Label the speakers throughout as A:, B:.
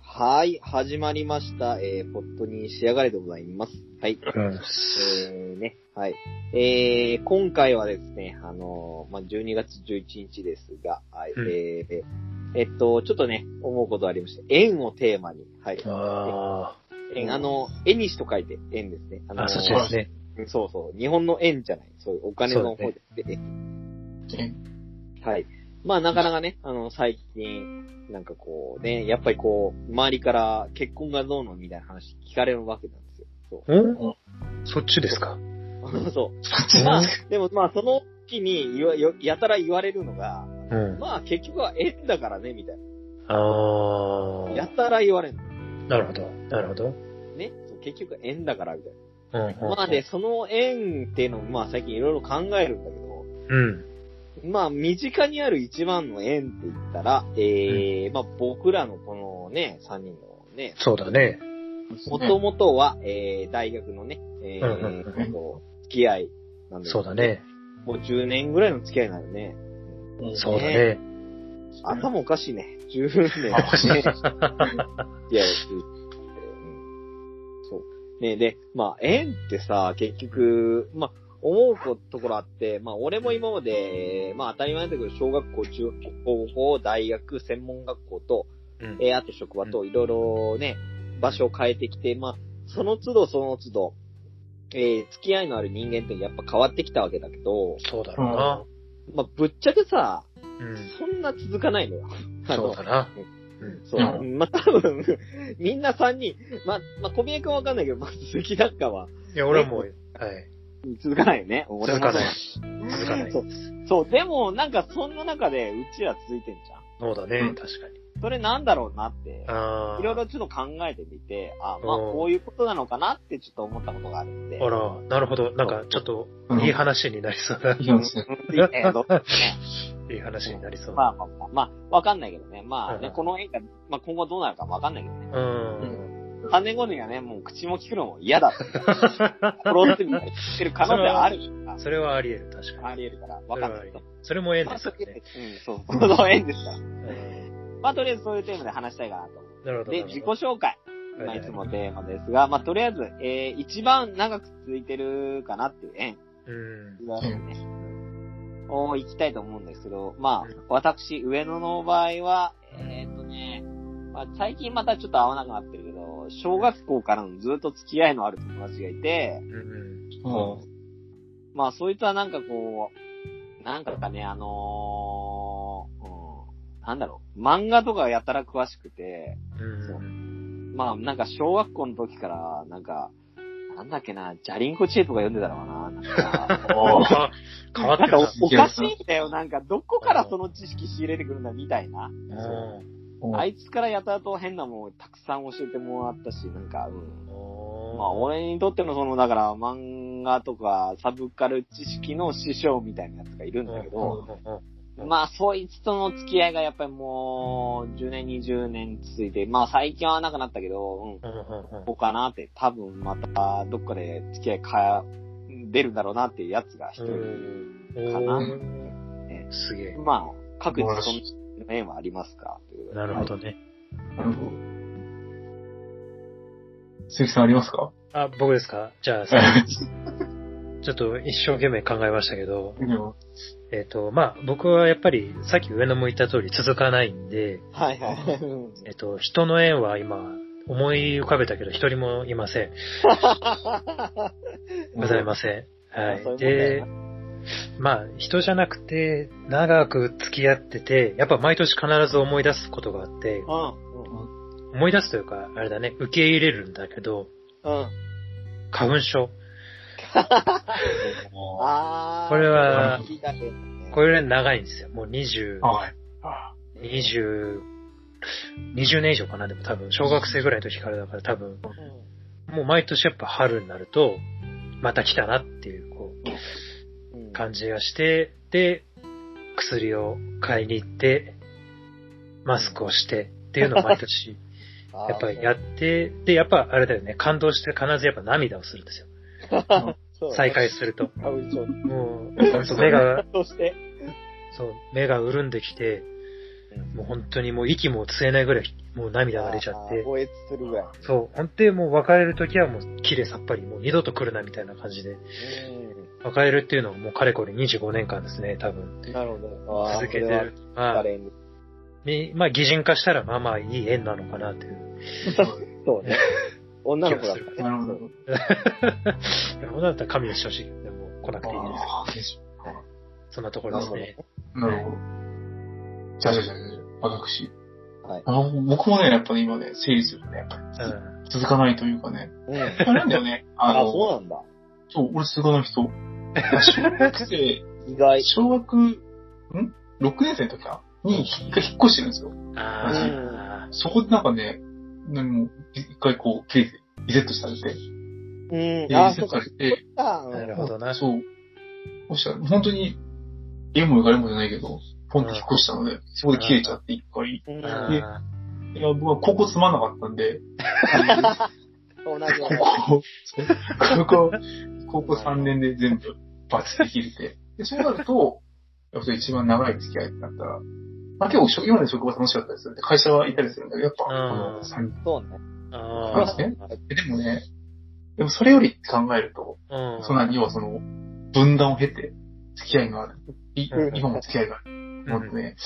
A: はい、始まりました。えー、ポットに仕上がれでございます。はい。
B: うん。
A: えー、ね、はい。えー、今回はですね、あのーまあ、12月11日ですが、はい、
B: うん
A: えーえっと、ちょっとね、思うことありまして、縁をテーマに、はい。
B: あ
A: 縁、あの、絵にしと書いて、縁ですね。あ
B: あ。
A: のー
B: あ、そっちですね。
A: そうそう。日本の円じゃない。そういうお金の方です。はい。まあなかなかね、あの、最近、なんかこうね、やっぱりこう、周りから結婚がどうのみたいな話聞かれるわけなんですよ。そ
B: うんそっちですか。
A: う。 そう。
C: そっ
A: ま
C: ちな
A: あ
C: んです、
A: でもまあその時に言わ、よやたら言われるのが、
B: うん。
A: まあ結局は円だからね、みたい
B: あ
A: な。
B: あ
A: や。たら言われるの。
B: なるほど。なるほど。
A: ね。そう結局円だから、みたい
B: うんう
A: な。
B: ん。
A: まあね、その円っていうのもまあ最近いろいろ考えるんだけど、
B: うん。
A: まあ、身近にある一番の縁って言ったら、ええまあ、僕らのこのね、三人のね、
B: そうだね。
A: もともとは、ええ大学のね、ええ
B: うんうんうん
A: こう付き合いなん
B: そうだ。ね。
A: もう10年ぐらいの付き合いなのね。
B: そうだね。
A: 頭おかしいね。10年のね、付き 合いです。うんそう。ねで、まあ、縁ってさ、結局、まあ、思うこところあって、まあ、俺も今まで、まあ、当たり前だけど、小学校、中学校、高校、大学、専門学校と、
B: うん
A: えーあと職場といろいろね、場所を変えてきて、まあ、その都度その都度、えー付き合いのある人間ってやっぱ変わってきたわけだけど、
B: そうだろうな。
A: まあ、ぶっちゃけさ、
B: うん。
A: そんな続かないのよ。あ
B: そ
A: の
B: うだな。
A: そう。
C: う
A: まあ、多分、みんな3人、まあ、まあ、小宮君はわかんないけど、まあ、鈴木なんかはい
B: や、俺はもう、はい。
A: 続かないよね。
B: 続かない。
A: 俺も
B: 続かない
A: そう。そう、でも、なんかそんな中で、うちら続いてんじゃ
B: そうだね。確かに。
A: ん。それなんだろうなって、
B: ああ。
A: いろいろちょっと考えてみて、あ、まあ、
B: うん
A: こういうことなのかなってちょっと思ったことがあるんで。
B: あら、なるほど。なんか、ちょっと、いい話になりそうだ。
C: いい話だ
A: うんえーどうね
B: いい 話になりそう。
A: まあまあまあ、まあ、わかんないけどね。まあ
B: う
A: ね、
B: ん
A: この映画、まあ今後どうなるかわかんないけどね。
B: うん。
A: 3年後にはね、もう口も聞くのも嫌だって。殺すみたいに言ってる可能性はあるから。
B: それはあり得る、確か
A: あ
B: に。
A: り得るから、わかんないけど。
B: それも縁
A: まあ、
B: です
A: そ
B: よ
A: う
B: ね。
A: うん、そう、この縁ですから。
B: うん
A: まあ、とりあえずそういうテーマで話したいかなと思
B: なるほ
A: う。
B: ど。
A: で、
B: なる
A: 自己
B: ほど
A: 紹介。まあ、いつもテーマですが、まあ、とりあえず、えー、一番長く続いてるかなっていう縁
B: うん。
A: を行きたいと思うんですけど、まあ、私、上野の場合は、えーっとね、まあ、最近またちょっと会わなくなってるけど、小学校からのずっと付き合いのある友達がいて、
B: うん。
A: まあ、そいつはなんかこう、なんかね、あのーうん、なんだろう、漫画とかやたら詳しくて、
B: うん。
A: まあ、なんか小学校の時から、なんか、なんだっけな、ジャリンコ知恵とか読んでたのかななんか
C: おー
B: あ変わって
A: なん
B: る
A: か
B: な
A: おおかしいんだよ、なんか、どこからその知識仕入れてくるんだ、みたいな。
B: うん
A: あいつからやたらと変なもんたくさん教えてもらったし、なんか、うん。まあ、俺にとってのその、だから、漫画とか、サブカル知識の師匠みたいなやつがいるんだけど、
B: うん
A: まあ、そいつとの付き合いがやっぱりもう、10年、20年続いて、まあ、最近はなくなったけど、うん。
B: うんうん
A: こうかなって、多分またどっかで付き合いか、出るんだろうなっていうやつが一
B: う
A: 人。
B: ん
A: かな
B: うん
A: ね
B: すげえ。
A: まあ、各自その面はありますか。ということで
B: なるほ。どね。
C: 鈴木さんありますか
B: あ、僕ですかじゃ あ、ちょっと一生懸命考えましたけど、
C: でも、
B: えっと、まあ、僕はやっぱり、さっき上野も言った通り続かないんで、
A: はいはいはい。うん
B: えっと、人の縁は今、思い浮かべたけど、一人もいません。ございません。は
A: まあそういうもん
B: い。
A: だ
B: で
A: よ、
B: まあ、人じゃなくて、長く付き合ってて、やっぱ毎年必ず思い出すことがあって、
A: うん。
B: 思い出すというか、あれだね、受け入れるんだけど、
A: うん。
B: 花粉症。
A: あー。
B: これは
A: 聞いたけどね
B: これ長いんですよ。もう20、
C: はい。
B: 20、20年以上かな、でも多分、小学生ぐらいの時からだから多分、もう毎年やっぱ春になると、また来たなっていう、こう、
A: うん
B: 感じがして、で、薬を買いに行って、マスクをして、っていうのを毎 年、やっぱりやって、で、やっぱあれだよね、感動して必ずやっぱ涙をするんですよ。再。会す ると。
A: あーそう
B: もう、ほんと目が、
A: そうして。
B: そう、目が潤んできて、もう本当にもう息も吸えないぐらい、もう涙が出ちゃって。
A: 応援するぐらい。
B: そう。ほんで、もう別れるときはもう綺麗さっぱり、もう二度と来るなみたいな感じで、別れるっていうのはもうかれこれ25年間ですね、多分。
A: うん。なるほど。あー
B: 続けて
A: これは
B: る。まあ
A: バ、レーに
B: みまあ、擬人化したらまあまあいい縁なのかなという。
A: そう ね。女の子だったね。
C: なるほど。
B: いやもうだったら神をしてほしいけど。でも来なくていいです。
C: ああ、でし
B: そんなところですね。
C: ょなるほど。じゃあじゃあじゃあじゃあ、私。
A: はい
C: あの、僕もね、やっぱね、今ね、整理するとね、やっぱり
B: うん。
C: 続かないというかね。
A: うん。
C: あれなんだよね。あ
A: あ、
C: の、
A: そうなんだ。
C: そう、俺続かない人。小学生、
A: 意外。
C: 小学、ん ?6 年生の時かに、一回引っ越してるんですよ。
B: あ
C: そこでなんかね、なんもう、一回こう、切れて、リセットされ
A: う
C: て、
A: ん。
C: で
A: あ、
C: リセ
A: そ
C: ッ
A: う
C: トさ
A: か
C: れ。て、
A: あ
B: あ、な
A: ー
B: るほどな。
C: そう。そしたら、本当に、家も流れもじゃないけど、ポンと引っ越したので、そこで切れちゃって、一回。い
A: うん。
B: あ
A: 同
B: ー
C: や、僕は高校つまんなかったんで、
A: じだ。
C: 高校、そう高校、高校3年で全部バツで切れて。で、そうなると、やっぱ一番長い付き合いってなったら、まあ結構職、今までの職場楽しかったりするんで、会社はいたりするんだけど、やっぱ、この3人
A: そうね。
C: そう
B: あ
C: ですねえでもね、でもそれよりって考えると、
B: ー。うん。
C: その要はその、分断を経て、付き合いがある。い
B: うん
C: 今も付き合いがある。
B: う
C: もっと
B: ん
C: ね、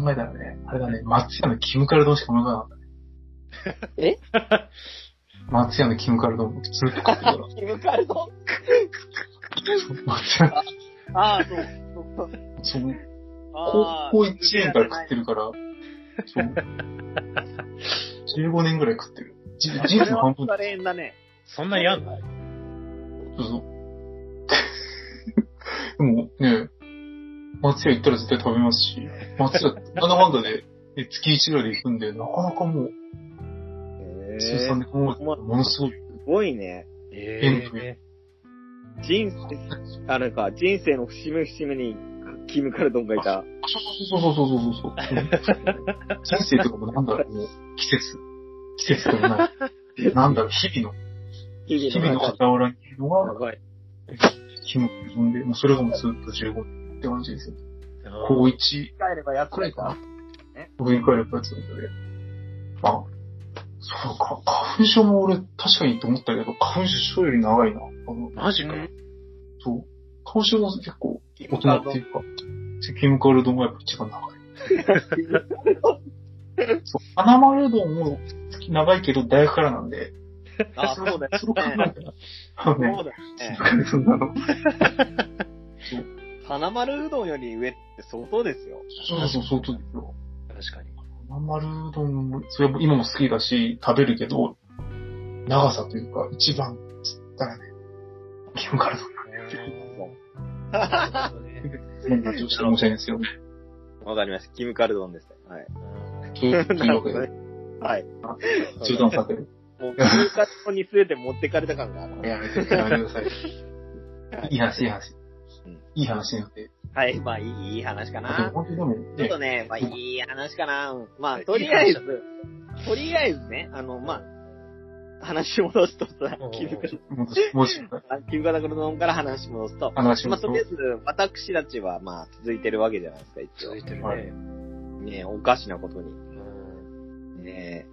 C: 考えたらね、あれだね、松屋のキムカル丼しか思い浮かばなかった ね。え松屋のキムカル丼、ずっと食ってたから。
A: キムカルド
C: 松屋、
A: ああ、そう。そうそう
C: その、
A: あ
C: 高
A: ー
C: 校1年から食ってるから、 そう。15年ぐらい食ってる。じ人生の半分
A: バレーだね。
B: そんなやんの
C: そうそう。 でもね、松屋行ったら絶対食べますし、松屋、なんだかんだで、ね、月一ぐらいで行くんで、なかなかもう、
A: へ
C: 通
A: ー
C: 算で考えたらものすごい、
A: すごいね。
B: え
C: うん
B: え。
A: 人生、あ、なんか、人生の節目節目に、キムカルドンがいた。
C: そうそうそうそうそうそう。人生とかもなんだろう、もう、季節。季節ともない。なんだろう、日々の、
A: 日
C: 日
A: 々
C: 々
A: の
C: の
A: 中
C: 傍らにいるの
A: や
C: が、
A: ばい。
C: キムキムで、もうそれがもうずっと15年って感じですよ。
B: あ
C: 高
B: ー
C: 一
A: 帰ればやっ
C: くらいかな
A: え。
C: 僕に帰るやつなんで。あ、そうか、花粉症も俺確かにと思ったけど、花粉症より長いな。あの、
B: マジか。
C: そう。花粉症は結構大人っていうか、キムカルドンがやっぱ一番長い。 そう。花丸丼も長いけど大学からなんで、
A: あ、そうだ
C: それを考えた
A: よね。
C: ら、あ
A: そ
C: の
A: う
C: ね、
A: だよね。
C: そんなの。
A: 花丸うどんより上って相当ですよ。
C: そうそう、そうそうですよ。
B: 確かに。
C: 花丸うどんも、それも今も好きだし、食べるけど、長さというか、一番、だからね、キムカルド
B: なるほどね
C: ンの話をして申し訳ないですよ。
A: わかりました。キムカルドンです。はい。
C: というというわけで、
A: はい。
C: 中途半端で、
A: もう、キムカルドンに全て持ってかれた感がある。
C: やめてやめてください。いい話、いい話
A: うん。
C: いい話になって。
A: はい、まあ、いいいい話か
C: でも
A: な。
C: 本当にで
A: ちょ
C: も
A: っ
C: ね
A: と、ね、まあ、いい話かな。うんまあ、とりあえず、とりあえずね、あの、まあ、話戻すとさ
B: うん、
A: キムカル
C: もうもうし、
A: あキムカルドンから話戻すと、
C: 話
A: ま
C: を
A: あ、とりあえず、私たちは、まあ、続いてるわけじゃないですか、一
B: 続い
A: 応。
B: てる
C: は
B: ね
C: い。
A: ねおかしなことに。
B: うん
A: ね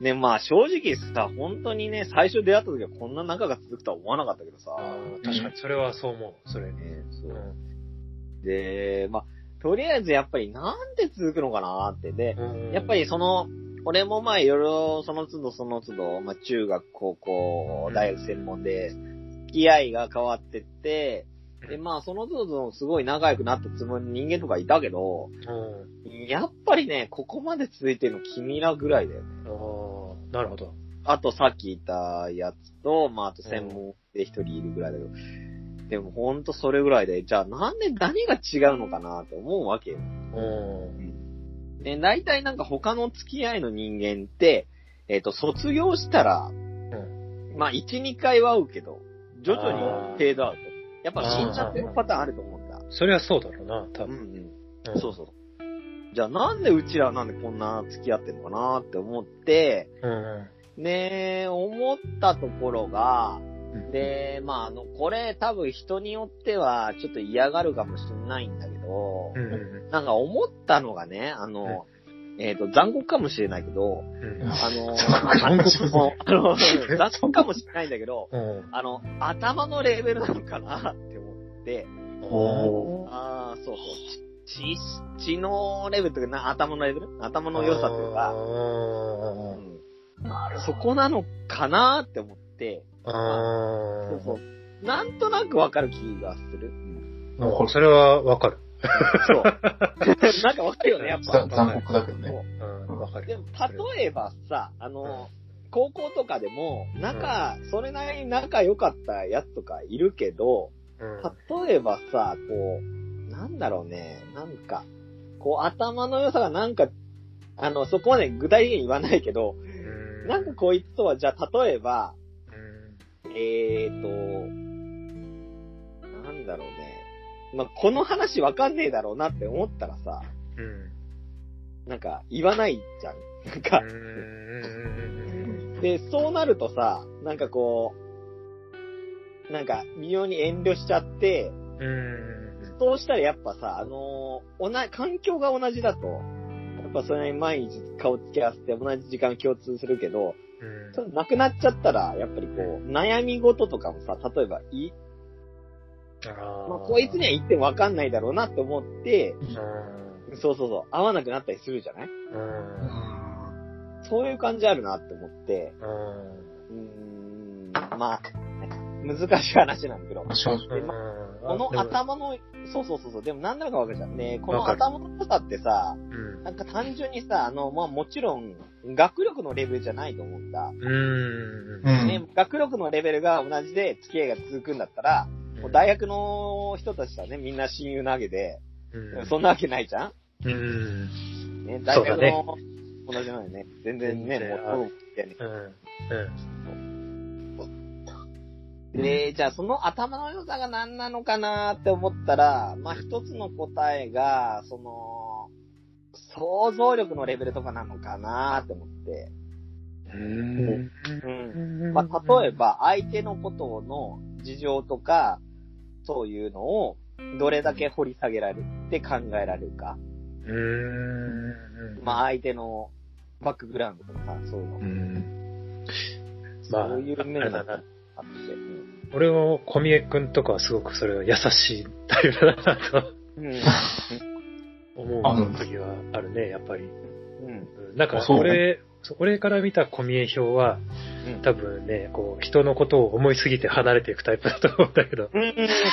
A: え。ねまあ正直さ、本当にね、最初出会った時はこんな仲が続くとは思わなかったけどさ。
B: あー確かに、それはそう思う。それ。
A: ねそうう。
B: ん
A: で、まあ、とりあえずやっぱりなんで続くのかなって。で、
B: うん
A: やっぱ、りその、俺もまあいろいろその都度その都度、まあ中学、高校
B: う、ん
A: 大学専門で、付き合いが変わってって、
B: うん
A: で、まあその都度すごい仲良くなったつもりの人間とかいたけど、
B: うん
A: やっぱりね、ここまで続いてるの君らぐらいだよね。
B: あーなるほど。
A: あとさっき言ったやつと、まああと専門で一人いるぐらいだけど、でもほんとそれぐらいで、じゃあなんで何が違うのかなって思うわけよ。
B: うん
A: で、大体なんか他の付き合いの人間って、えっ、と、卒業したら、まあ1、2回は会うけど、徐々にフェードアウト。やっぱ死んじゃってるパターンあると思うんだ。
B: それはそうだろうな、多
A: うんう
B: 分。
A: ん。
B: ん
A: そうそう。じゃあなんでうちらはなんでこんな付き合ってんのかなって思って、
B: うん
A: ねえ、思ったところが、
B: うん。
A: で、まあ、あの、これ多分人によってはちょっと嫌がるかもしれないんだけど、
B: うんうん
A: なんか思ったのがね、あの、えっ、と、残酷かもしれないけど、
B: うん。
A: あの
C: 残酷
A: ー、もうあの、雑酷かもしれないんだけど、
B: うん。
A: あの、頭のレベルなのかなって思って、
B: お
A: ああ、そうそう。知、知能レベルというかな、頭のレベル頭の良さという
B: う
A: か、うんんそこなのかなって思って、
B: あ
A: そう
B: ー
A: そう。なんとなくわかる気がする。うん
B: うん。それはわかる。
A: そう。 なんかわかるよね、やっぱ
C: ざ。残酷だけどね。
B: うん、わかる。
A: でも、例えばさ、あの、高校とかでも、仲、それなりに仲良かったやつとかいるけど、
B: うん、
A: 例えばさ、こう、なんだろうね、なんか、こう、頭の良さがなんか、あの、そこまで具体的に言わないけど、
B: うん
A: なんかこいつとは、じゃあ、例えば、
B: うん
A: えーと、なんだろうね。まあ、この話わかんねえだろうなって思ったらさ、
B: うん。
A: なんか言わないじゃん。なんか、
B: うん
A: で、そうなるとさ、なんかこう、なんか微妙に遠慮しちゃって、
B: うん。
A: そうしたらやっぱさ、あのー、おな、環境が同じだと、やっぱそれなりに毎日顔つき合わせて同じ時間共通するけど、
B: うん
A: それなくなっちゃったら、やっぱりこう、悩み事とかもさ、例えば、い、まあ、こいつには言ってもわかんないだろうなと思って、
B: う
A: そうそうそう、合わなくなったりするじゃない
C: うん
B: ん。
C: あ
A: そういう感じあるなって思って、
B: う
A: うーん、
B: ん。
A: まあ、難しい話なんだけど、
C: 正直
A: でこの
B: あ
A: 頭の、そうそうそうそう、でもなんなのかわかるじゃん。ねこの
B: わかる
A: 頭の良さってさ、
B: でも
A: なんか単純にさ、あの、まあもちろん、学力のレベルじゃないと思うんだ。
B: うん。
C: うん
A: ね、学力のレベルが同じで付き合いが続くんだったら、もう大学の人たちはね、みんな親友なわけで、
B: うん。
A: そんなわけないじゃ
B: うん。
A: んね、
B: そ
A: 大
B: うだ
A: 学
B: ね
A: の同じなのにね、全然ね、
B: 全然
A: もう、うんいやね
B: うん。
A: で、じゃあその頭の良さが何なのかなって思ったら、まあ、一つの答えが、その、想像力のレベルとかなのかなって思って。
C: うん。
A: うん。
B: うん。
A: まあ、例えば、相手のことの事情とか、そういうのを、どれだけ掘り下げられて考えられるか。
B: うん。
A: まあ、相手のバックグラウンドとかさ、そういうの。
C: うん。
B: まあ
A: そういう面があ
B: あれだ
A: って
B: な。
A: うん
B: 俺も小見江くんとかはすごくそれは優しいタイプだなと
A: うん。
B: 思う時はあるね、やっぱり。
A: うん。
B: なんか
C: あ、そう
B: 俺、そう俺から見た小見え表は、
A: うん
B: 多分ね、こう、人のことを思いすぎて離れていくタイプだと思うんだ けど、
A: うん、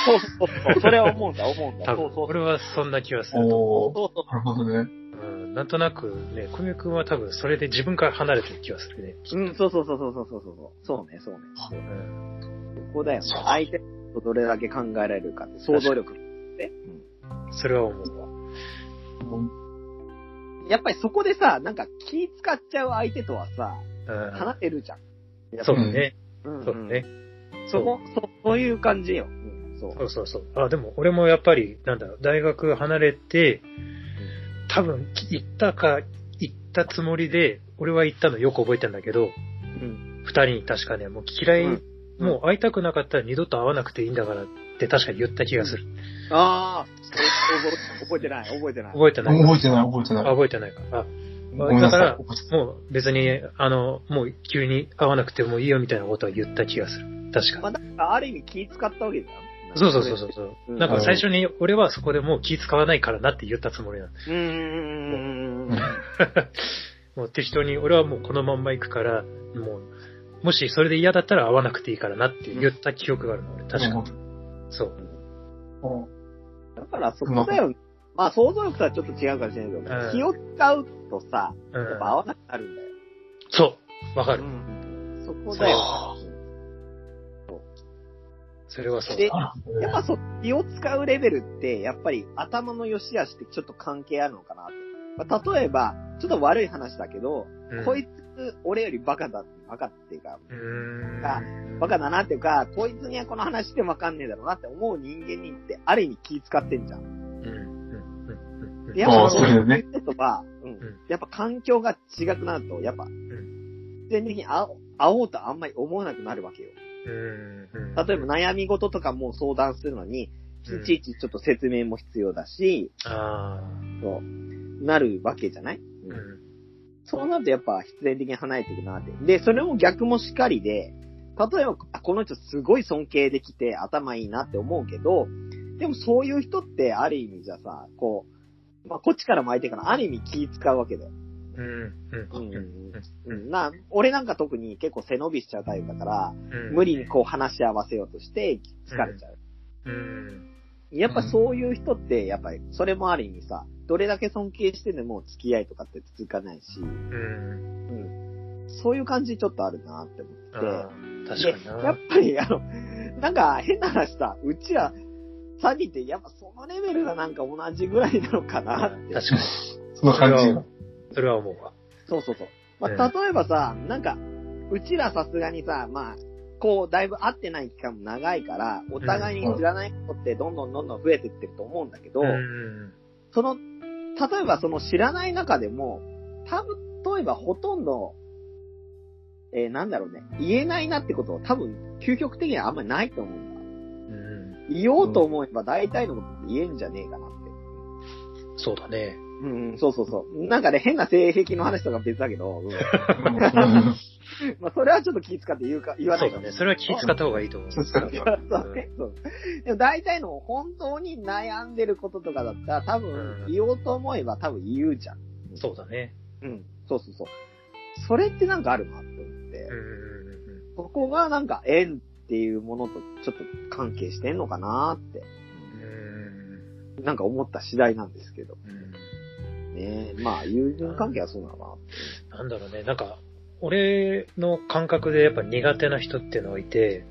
A: そうそうそう。それは思うんだ、思うんだ。そ
B: 多
A: うそう
B: 分、
A: そう
B: 俺はそんな気がすると。
C: おー。
A: そうそう。
C: なるほどね。
B: うん、なんとなくね、小見えくんは多分それで自分から離れてる気がするね。
A: うん、そうそうそうそうそうそうそう。そうね、そうね。そう
B: うん。
A: ここだよね
C: そう。
A: 相手とどれだけ考えられるかって、想像力って。
B: それは思うわ。
A: うんやっぱりそこでさ、なんか気使っちゃう相手とはさ、
B: うん。
A: 話せるじゃん。
B: そうだね。
A: うん
B: そうだ。ね。
A: そこ、そ、そういう感じよ。うんそう。
B: そうそうそう。あ、でも俺もやっぱり、なんだろう、大学離れて、多分行ったか、行ったつもりで、俺は行ったのよく覚えてんだけど、
A: うん。
B: 二人に確かね、もう嫌い、
A: うん
B: もう会いたくなかったら二度と会わなくていいんだからって確かに言った気がする。
A: ああ、え覚えてない、覚えてない。
B: 覚えてないか
C: 覚えてない、覚えて
B: あ、
C: ない。
B: 覚えてないか。あ、
C: ごめんなさ
B: だ
C: い。
B: から
C: 覚えて
B: もう別に、あの、もう急に会わなくてもいいよみたいなことは言った気がする。確
A: ま
B: か
A: あ、だからある意味気使ったわけじゃん。
B: そうそうそうそうそうう。
A: ん
B: なんか最初に俺はそこでもう気使わないからなって言ったつもりなんだ。
A: うーん。
B: もう適当に俺はもうこのまんま行くから、もう、もしそれで嫌だったら会わなくていいからなって言った記憶があるの、俺。確か。そう。
C: うん
A: だからそこだよね。まあ想像力とはちょっと違うかもしれないけど、
B: うん
A: 気を使うとさ、
B: う
A: やっ
B: ん
A: ぱ。合わなくなるんだよ。
B: そう。わかる。
A: うんそこだよ。
B: それはそう。
A: で
C: あ
A: やっぱそう、気を使うレベルって、やっぱり頭の良し悪しってちょっと関係あるのかなって。まあ例えば、ちょっと悪い話だけど、
B: うん
A: こいつ、俺よりバカだ、バカっていうか、
B: うーん
A: あバカだなっていうか、こいつにはこの話でもわかんねえだろうなって思う人間にって、ある意味気使ってんじゃん。
B: うんうんうんうん
A: いやあ
C: あー、そうだね。
A: 人とか、うん
B: ん
A: やっぱ環境が違くなると、やっぱ、自然的に会おう会おうとあんまり思わなくなるわけよ。
B: うんうん
A: 例えば悩み事とかも相談するのに、
B: うん
A: いちいちちょっと説明も必要だし、
B: ああ、
A: そう、なるわけじゃない、
B: うん
A: そうなるとやっぱ必然的に離れていくなって。で、それも逆もしかりで、例えば、あこの人すごい尊敬できて頭いいなって思うけど、でもそういう人ってある意味じゃさ、こう、まあ、こっちからも相手からある意味気使うわけだよ。
B: うん。うん。
A: う
B: うんん。
A: うんうん。な、俺なんか特に結構背伸びしちゃうタイプだから、
B: うん
A: 無理にこう話し合わせようとして疲れちゃう。
B: うん。
A: やっぱそういう人って、やっぱりそれもある意味さ、どれだけ尊敬してでも付き合いとかって続かないし、
B: うん。
A: うん。そういう感じちょっとあるなって思って。
B: ああ、確かに
A: でやっ
B: な。
A: ぱり、あの、なんか変な話さ、うちら3人ってやっぱそのレベルがなんか同じぐらいなのかなって。
B: 確かに。
C: その感じが。
B: それは思うわ。
A: そうそうそう。ま
B: え
A: あ、
B: え
A: 例えばさ、なんか、うちらさすがにさ、まあ、こう、だいぶ会ってない期間も長いから、お互いに知らないことってどんどんどんどん増えてってると思うんだけど、
B: うん。
A: その、例えばその知らない中でも、多分、例えばほとんど、えーなんだろうね、言えないなってことは多分、究極的にはあんまりないと思うんだ。
B: うん。
A: 言おうと思えば大体のことって言えんじゃねえかなって。
B: そうだね。
A: うん、うんそうそうそう。なんかね、変な性癖の話とか別だけど、うん
C: うん
A: まあ、それはちょっと気使って言うか、言わな
B: そう
A: い
B: だ
A: か
B: ね。それは気使った方がいいと思う。
C: そう使っては。
A: そうね。そう。でも大体の本当に悩んでることとかだったら、多
B: う
A: 分
B: ん、
A: 言おうと思えば多分言うじゃん。
B: そうだね。
A: うん。そうそうそう。それってなんかあるなって思って
B: う、ん。
A: そこがなんか縁っていうものとちょっと関係してんのかなって、
B: うん。
A: なんか思った次第なんですけど。
B: うん。
A: ねまあ、友人関係はそうなの
B: なんだろうね。なんか、俺の感覚でやっぱ苦手な人っていうのがいて、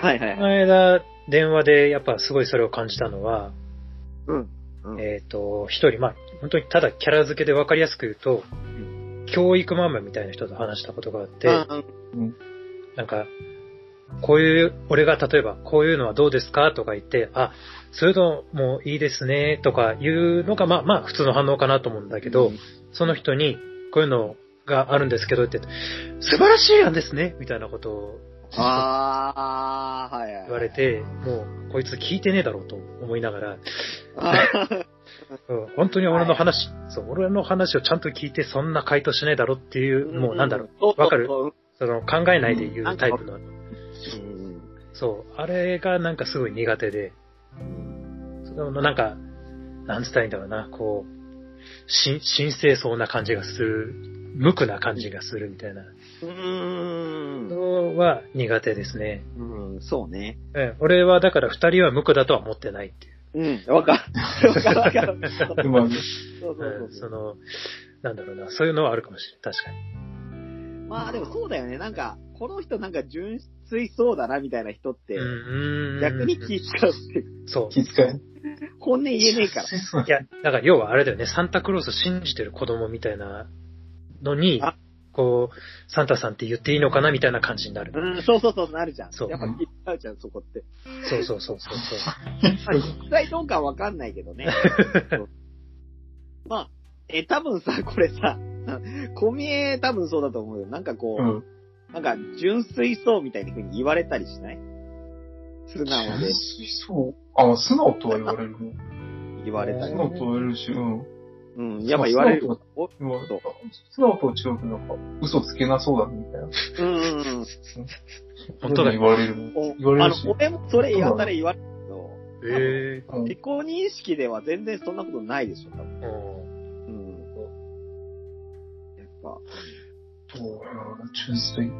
A: かな。はいは
B: こ
A: い
B: の
A: はい。
B: 間電話でやっぱすごいそれを感じたのは、
A: うん。うん
B: えっ、と、一人、まあ、本当にただキャラ付けで分かりやすく言うと、教育ママみたいな人と話したことがあって、
A: うん
B: なんか、こういう、俺が例えば、こういうのはどうですかとか言って、あ、そういうのもいいですね、とか言うのが、まあまあ普通の反応かなと思うんだけど、その人に、こういうのがあるんですけどって言って、素晴らしい案ですねみたいなことを
A: あー、はいはい。
B: 言われ。て、もう、こいつ聞いてねえだろうと思いながら、
A: あー
B: うん本当に俺の話、そう、俺の話をちゃんと聞いて、そんな回答しないだろっていう、もうなんだろう、
A: う
B: わかる
A: そう
B: その考えないで言うタイプ
A: そ
B: の、
A: ううん
B: そう、あれがなんかすごい苦手で、そのなんか、なんつったらいいんだろうな、こう、し、神聖そうな感じがする、無垢な感じがするみたいな
A: うーん。
B: のは苦手ですね。
A: うん、そうね。
B: うん、俺はだから二人は無垢だとは思ってないっていう。、
A: うん、わかる。わかるわかる。
C: うまい。
A: そうそううんそ。
B: そうの、なんだろうな、そういうのはあるかもしれない。確かに。
A: まあでもそうだよね。なんか、この人なんか純粋そうだなみたいな人って、
B: うん
A: 逆に気使うって、
B: そう。
C: 気遣い。
A: 本音言えねえから。
C: そう
B: いや、だから要はあれだよね、サンタクロース信じてる子供みたいなのに
A: あ、
B: こう、サンタさんって言っていいのかなみたいな感じになる。
A: うん、そうそうそう、なるじゃん。
B: そう
A: やっぱ気使うじゃん、そこって。
B: そうそうそうそうそ
A: まあ実際どうかわかんないけどね。そうまあ、え、多分さ、これさ、小見え多分そうだと思うよ。なんかこ
C: う
A: う、
C: ん。
A: なんか純粋そうみたいな風に言われたりしない素直で
C: 純粋そう。あ、素直とは言われる。
A: 言われた
C: 素
A: り。
C: 直とは言われるし、うん。
A: うん、やっぱ言われる
C: 素直。
A: おう
C: 言われた素直とは違うけど、なんか、嘘つけなそうだねみたいな。
A: んうんうん。
B: う。本当だ
C: 言
B: よ。
C: われる。
A: お
C: 言われ
A: あ
C: る
A: の
C: し、
A: 俺もそれやったら言われるけど、
B: え
C: うん
A: 自己認識では全然そんなことないでしょ、多分。
B: ーうん
A: うん。やっぱ、
C: そう純粋。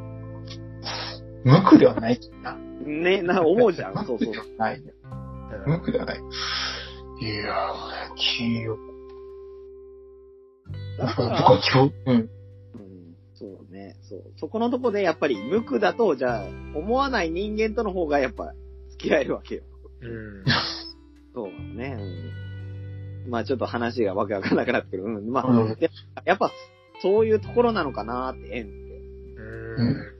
C: 無垢ではない。
A: ね、な、思うじ ゃん、そうそう。
C: ない。無垢ではない。いやー、気よ。
A: だ
C: 僕
A: から
C: は気を。う
A: う
C: ん。
A: ん、そうね、そう。そこのとこでやっぱり無垢だと、じゃあ、思わない人間との方がやっぱ、付き合えるわけよ。
B: うん。
A: そうだね、うん。まあちょっと話がわけわかんなくなってくる。うん、まあ、
C: うん
A: でやっぱ、そういうところなのかなって、縁って。
B: うん。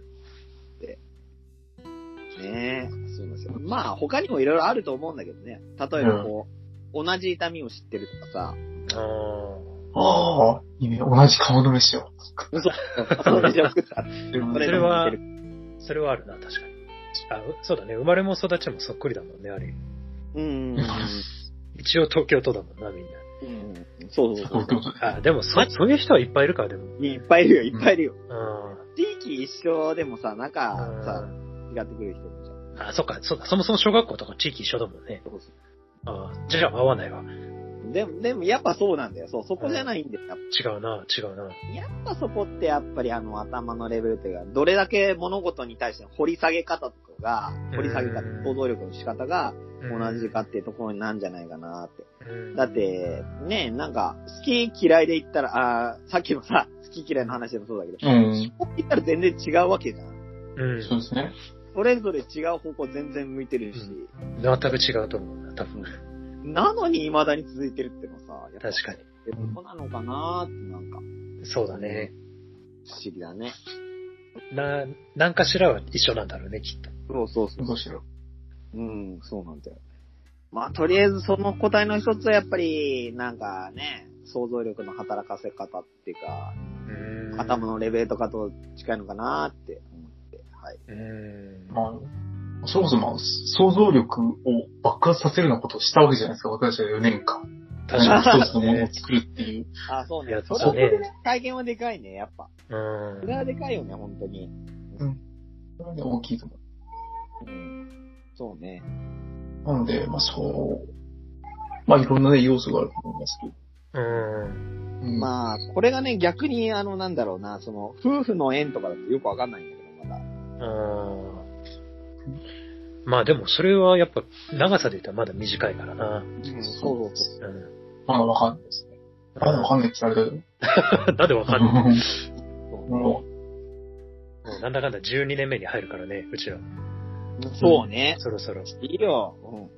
A: ねえ、そうなんですよ。まあ、他にもいろいろあると思うんだけどね。例えばこう、同じ痛みを知ってるとかさ、
B: あ
C: ああ、いいね。同じ顔の飯を。
A: 嘘、同じ送った。
C: でも
A: そ
B: れ
A: れ
B: そは
A: 見てる
B: あ、それはあるな、確かに。あ、うそうだね。生まれも育ちもそっくりだもんね、あれ。
A: うん。
B: 一応東京都だもんな、みんな。
C: うん。
A: そうそう
C: そ
A: そう
C: いう
A: う
C: ことで。
B: あ、でもそ、そういう人はいっぱいいるから、でも。
A: いっぱいいるよ、いっぱいいるよ。
B: う
A: 地域一緒でもさ、なんか
B: ん。
A: さ、違ってくる人もいるじゃん。
B: あ、そっか、そうだ、そもそも小学校とか地域一緒だもんね。
A: そうそ
B: あじゃあ合わないわ。
A: うでも、でもやっぱそうなんだよ。そう、そこじゃないんだよ。やっ
B: 違うな、違うな。
A: ぱやっぱそこってやっぱりあの頭のレベルというか、どれだけ物事に対しての掘り下げ方とかが、掘り下げ方
B: う、ん
A: 想像力の仕方が
B: う
A: 同
B: ん
A: じかっていうところになんじゃないかなって。
B: うん
A: だって、ね、なんか、好き嫌いで言ったら、あーさっきのさ、好き嫌いの話でもそうだけど、
C: うん。
A: こう言ったら全然違うわけじゃん。
B: うん。
C: そうですね。
A: それぞれ違う方向全然向いてるし、
B: 全く違うと思うな、多分。
A: なのに未だに続いてるってのはさ、やっぱ
B: 確かに。
A: そうなのかなーってなんか、
B: そうだね。
A: 不思議だね。
B: な、なんかしらは一緒なんだろうね、きっと。
A: そうそうそう。
C: どうしろ。
A: うん、そうなんだよ。まあ、とりあえずその答えの一つはやっぱり、なんかね、想像力の働かせ方っていうか、
B: うん
A: 頭。のレベルとかと近いのかなーって思って、はい。
B: うん。
C: まあ、そもそも想像力を爆発させるようなことをしたわけじゃないですか、私は4年間。
B: 確か
C: 一つのものを作るっていう。
A: あ、そう
B: い
A: ね
B: や。
A: それ
B: そ
A: は
B: うね
A: ね、体験はでかいね、やっぱ。
B: に。うん
A: そ。れはでかいよね、本当に。
C: それはね、大きいと思う。
A: うん。そうね。
C: なので、まあそう、まあいろんなね、要素があると思いますけど。
B: うん。
C: うんあ、
A: まあ、これがね、逆に、あの、なんだろうな、その、夫婦の縁とかだとよくわかんないんだけど、まだ。
B: うん。まあでもそれはやっぱ長さで言ったらまだ短いからな。
A: うん
C: そう
A: そうそ
B: うん。
C: まだわかんないですね。まだわかんないって言われたけど。
B: なんでわかんない
A: そう。
C: も
B: もうなんだかんだ12年目に入るからね、うちら。
A: そうね。
B: そろそろ。
A: いいよ。う
B: うん。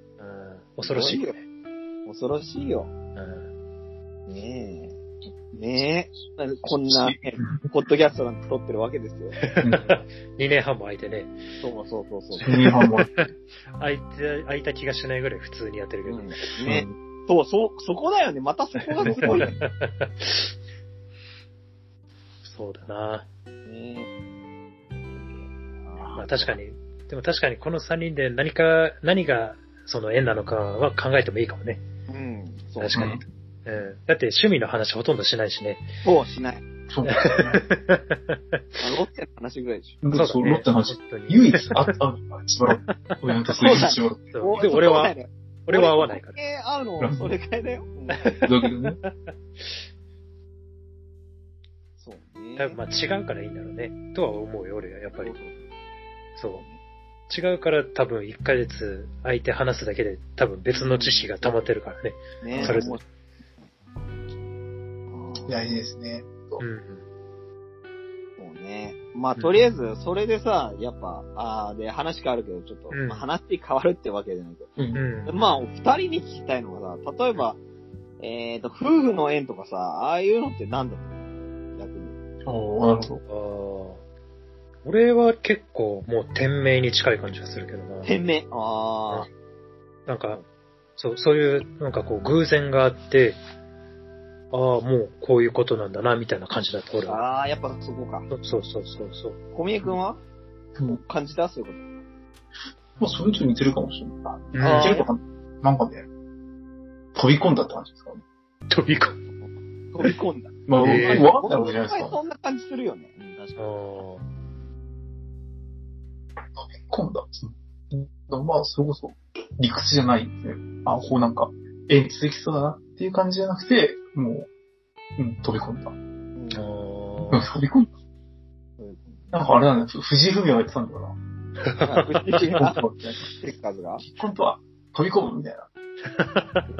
B: 恐ろしいよね。
A: ん。恐ろしいよ。
B: うん。
A: ねえ。ねえ。こんな、ね、ポッドキャストなんて撮ってるわけですよ。
C: う、うん
B: 2年半も空いてね。
A: そうそうそうそう。
C: 12年半もあって。
B: 空いて、空いた気がしないぐらい普通にやってるけど。
A: うんね。そう、そう、そこだよね。またそこがす ごいよね。
B: そうだな。ま
A: あ
B: あ確かに。でも確かにこの3人で何か、何がその縁なのかは考えてもいいかもね。
A: ーうん。そう
B: 確かにう
C: うん。
B: ん。だって趣味の話ほとんどしないしね。
A: そうしない。
C: そうですね。
A: あロッテの話ぐらいでし
C: そうそう、ロッテの話。
B: 本当に
C: 唯一あったのは千葉ロッテ。親の達成に千葉ロッテ。
B: そう
A: ょ。
B: で俺
A: そう
B: は
A: だ、よね
B: 俺は合わないから。
A: 俺と合うの、それくらいだよ。うん
C: だけどね。
A: そうね。
B: 多分まあ違うからいいんだろうね。とは思うよ、俺は。やっぱり。そう。違うから多分1ヶ月空いて話すだけで多分別の知識が溜まってるからね。
A: ね
B: それぞ
C: いや、いいですね。
B: うん。
A: そうね。まあ、とりあえず、それでさ、やっぱ、あーで、話変わるけど、ちょっと、
B: うん
A: まあ話変わるってわけじゃないけ
C: うん
B: う。ん
A: ど。。まあ、お二人に聞きたいのがさ、例えば、えっ、と、夫婦の縁とかさ、ああいうのって何だろう逆に。
C: おーなるほど。
B: あー俺は結構もう店名に近い感じがするけど な。
A: 天命。あー
B: なんか、そう、そういう、なんかこう、偶然があって、ああ、もうこういうことなんだな、みたいな感じだった、俺は。
A: あー、やっぱそこか。
B: そうそうそうそうそう。
A: 小宮くんは
C: うん
A: 感じたそういうこ
C: まあ、それと似てるかもしれない。
B: うん
A: あー
C: 似てるかななんかね、飛び込んだって話ですかね。
B: 飛び込む。
A: と。飛び込んだ。
C: まあ、わ
B: えー
C: かんないわけじゃないですか。
A: そんな感じするよね。うん、確かに。
B: あ
C: 飛び込んだ。うんまあ、それこそ、理屈じゃないですね。あ、こうなんか、え、続きそうだなっていう感じじゃなくて、もう、うん、飛び込んだ。
A: うん
B: ー
C: うん、
B: あ
C: 飛び込んだ。
A: うん
C: なんかあれなんだよ、ふ藤井文也が言ってたんだ よな。
A: まあ不思議な
C: 飛び込むって
A: テッカーズが。
C: 結婚とは飛び込むみたいな。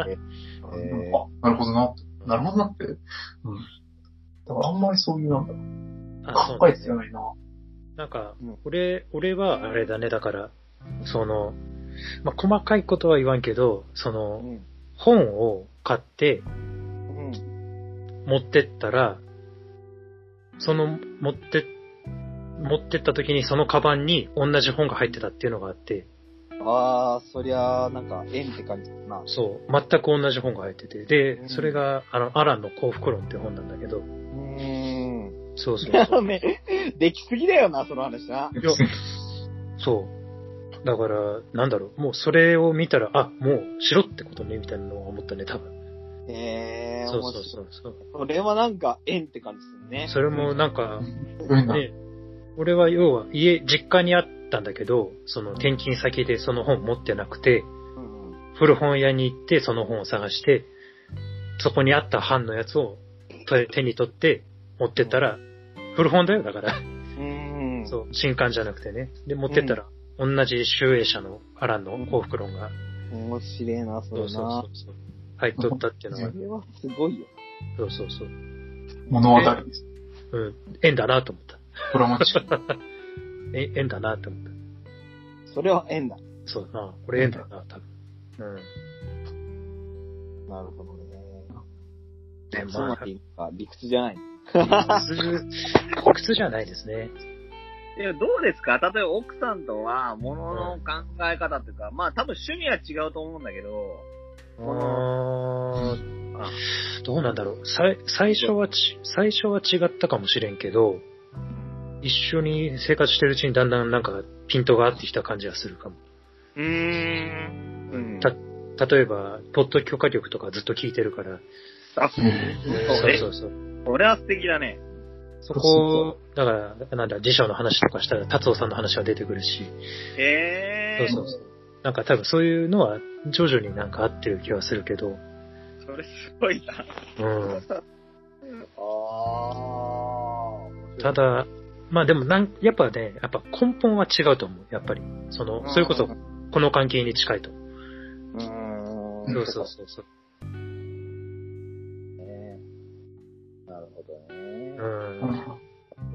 A: えー
C: あ、なるほどな。なるほどなって。うん。だからあんまりそういうなんだろう、
B: ー。あ、そう
C: 考えてないな。
B: なんか
A: うん、
B: 俺、俺はあれだね、だから、その、まあ、細かいことは言わんけど、そうの、
A: ん。
B: 本を買って
A: うん。
B: 持ってったら、その、持って、持ってった時にそのカバンに同じ本が入ってたっていうのがあって、
A: あー、そりゃあ、なんか、縁って感じだな。
B: そう、全く同じ本が入ってて、で
A: う、ん
B: それが、あの、アランの幸福論って本なんだけど、
A: うーん。
B: そうそ う
A: あ
B: そ
A: の
B: う。
A: ね、できすぎだよな、その話な。
B: いやそう。だから、なんだろう、もうそれを見たら、あ、もうしろってことね、みたいなのを思ったね、多分。
A: えー、
B: そうそうそうそう。
A: 面白いそれはなんか、縁って感じですね。
B: それもなんか、
C: うん。
B: ね、俺は要は家、実家にあったんだけど、その転勤先でその本持ってなくて、
A: うんうん
B: 古本屋に行ってその本を探して、そこにあった版のやつを手手に取って持ってったら、古本だよ、だから。
A: うん。
B: そう、新刊じゃなくてね。で、持ってったら、同じ集英社のアランの幸福論が、
A: 面白いな、そ
B: そう
A: れ
B: そう
A: な。
B: そうそう、入っとったっていうの
A: そ
B: が、
A: れはすごいよ。
B: そうそうそう。
C: 物語です。
B: うん、縁だなと思った。
C: ドラマチック。
B: え、縁だなと思った。
A: それは縁だ。
B: そうだな、これ縁だな、多分。うん。
A: なるほどね。
B: で、
A: つま
B: まあ、
A: り、あ理屈 じゃない。
B: 苦苦痛じゃないですね。
D: いや、どうですか例えば奥さんとは、ものの考え方っていうか、まあ多分趣味は違うと思うんだけど、
B: あ
D: こ
B: ーどうなんだろう。最最初はち、最初は違ったかもしれんけど、一緒に生活してるうちにだんだんなんかピントが合ってきた感じがするかも。
D: うーん。うん。
B: た例えば、ポッド許可局とかずっと聞いてるから、
D: あ、そう
B: そう
D: ね
B: そうそう。
D: それは素敵だね。
B: そこ、だから、なんだ、辞書の話とかしたら、達夫さんの話は出てくるし、
D: ええ
B: そうそうそう。なんか多分そういうのは徐々になんか合ってる気はするけど、
D: それすごいな。
B: うん。
A: ああ。
B: た、だ、まあでもなん、やっぱね、やっぱ根本は違うと思う、やっぱり。その、それこそ、この関係に近いと思う。
A: うん。
B: そうそうそうそう。
A: ねなるほど
B: う。
A: ね。
C: うんん
A: そ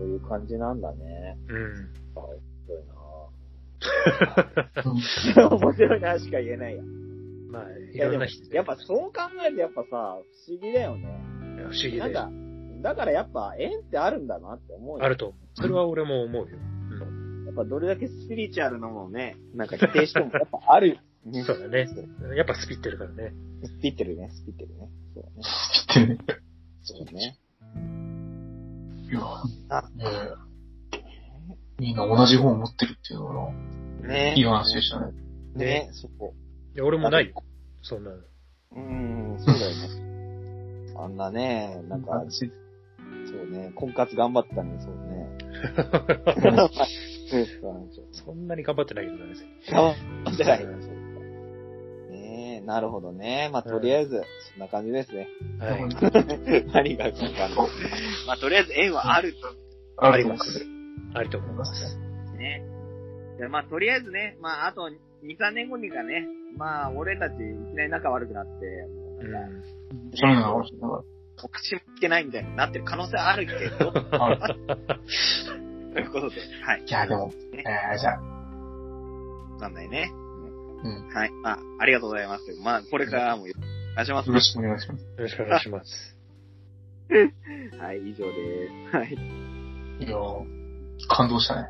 A: ういう感じなんだね。
B: うん。
A: すごいな 面白いなしか言えないや。
B: まあ、い
A: いや
B: ろ
A: で
B: ん
A: も
B: な人、
A: やっぱそう考えるとやっぱさ、不思議だよね。
B: 不思議で
A: なんか、だからやっぱ縁ってあるんだなって思うよ
B: あると思う。それは俺も思うよ。うん
A: やっぱどれだけスピリチュアルなものを ね、なんか否定してもやっぱあるよ。
B: そうだね。やっぱスピってるからね。
A: スピってるね、スピってるね。そうね。
C: 切ってね。
A: そうね。
C: いや、ねえみんな同じ本を持ってるっていうのはな、
A: ね
C: いい話でしたね。
A: ね
B: ね
A: そこ。
B: いや、俺もないよ。そんなの。
A: うーん、そうだよね。あんなね、なんか、そ
C: 私
A: うね、婚活頑張ったね、そう ね。 そうそう
B: そんなに頑張ってないけどな、別に。
A: そう。じゃない。ねえ、なるほどね。まあ、とりあえず、そんな感じですね。
B: はい。
A: 何が来るかの。
D: まあ、とりあえず縁はある
C: あります。
B: ありと思います。
D: とね。でまあ、とりあえずね、まあ、あと2、3年後にかね、まあ、俺たちいきなり仲悪くなって、も
B: う
D: うなんか、
B: ん。
C: そういうのがあるし、だか
D: お口も聞けないみたいになってる可能性はあるけ ど、
C: らある。
D: ということで、はい。
C: いや、でも、えー、じゃあ、
D: わかんないね。
C: うん
D: はい。まあ、ありがとうございます。まあ、これからもよろしくお願いします。
C: よろしくお願いします。
B: よろしくお願いします。
D: はい、以上です。はい。
C: いやー感動したね。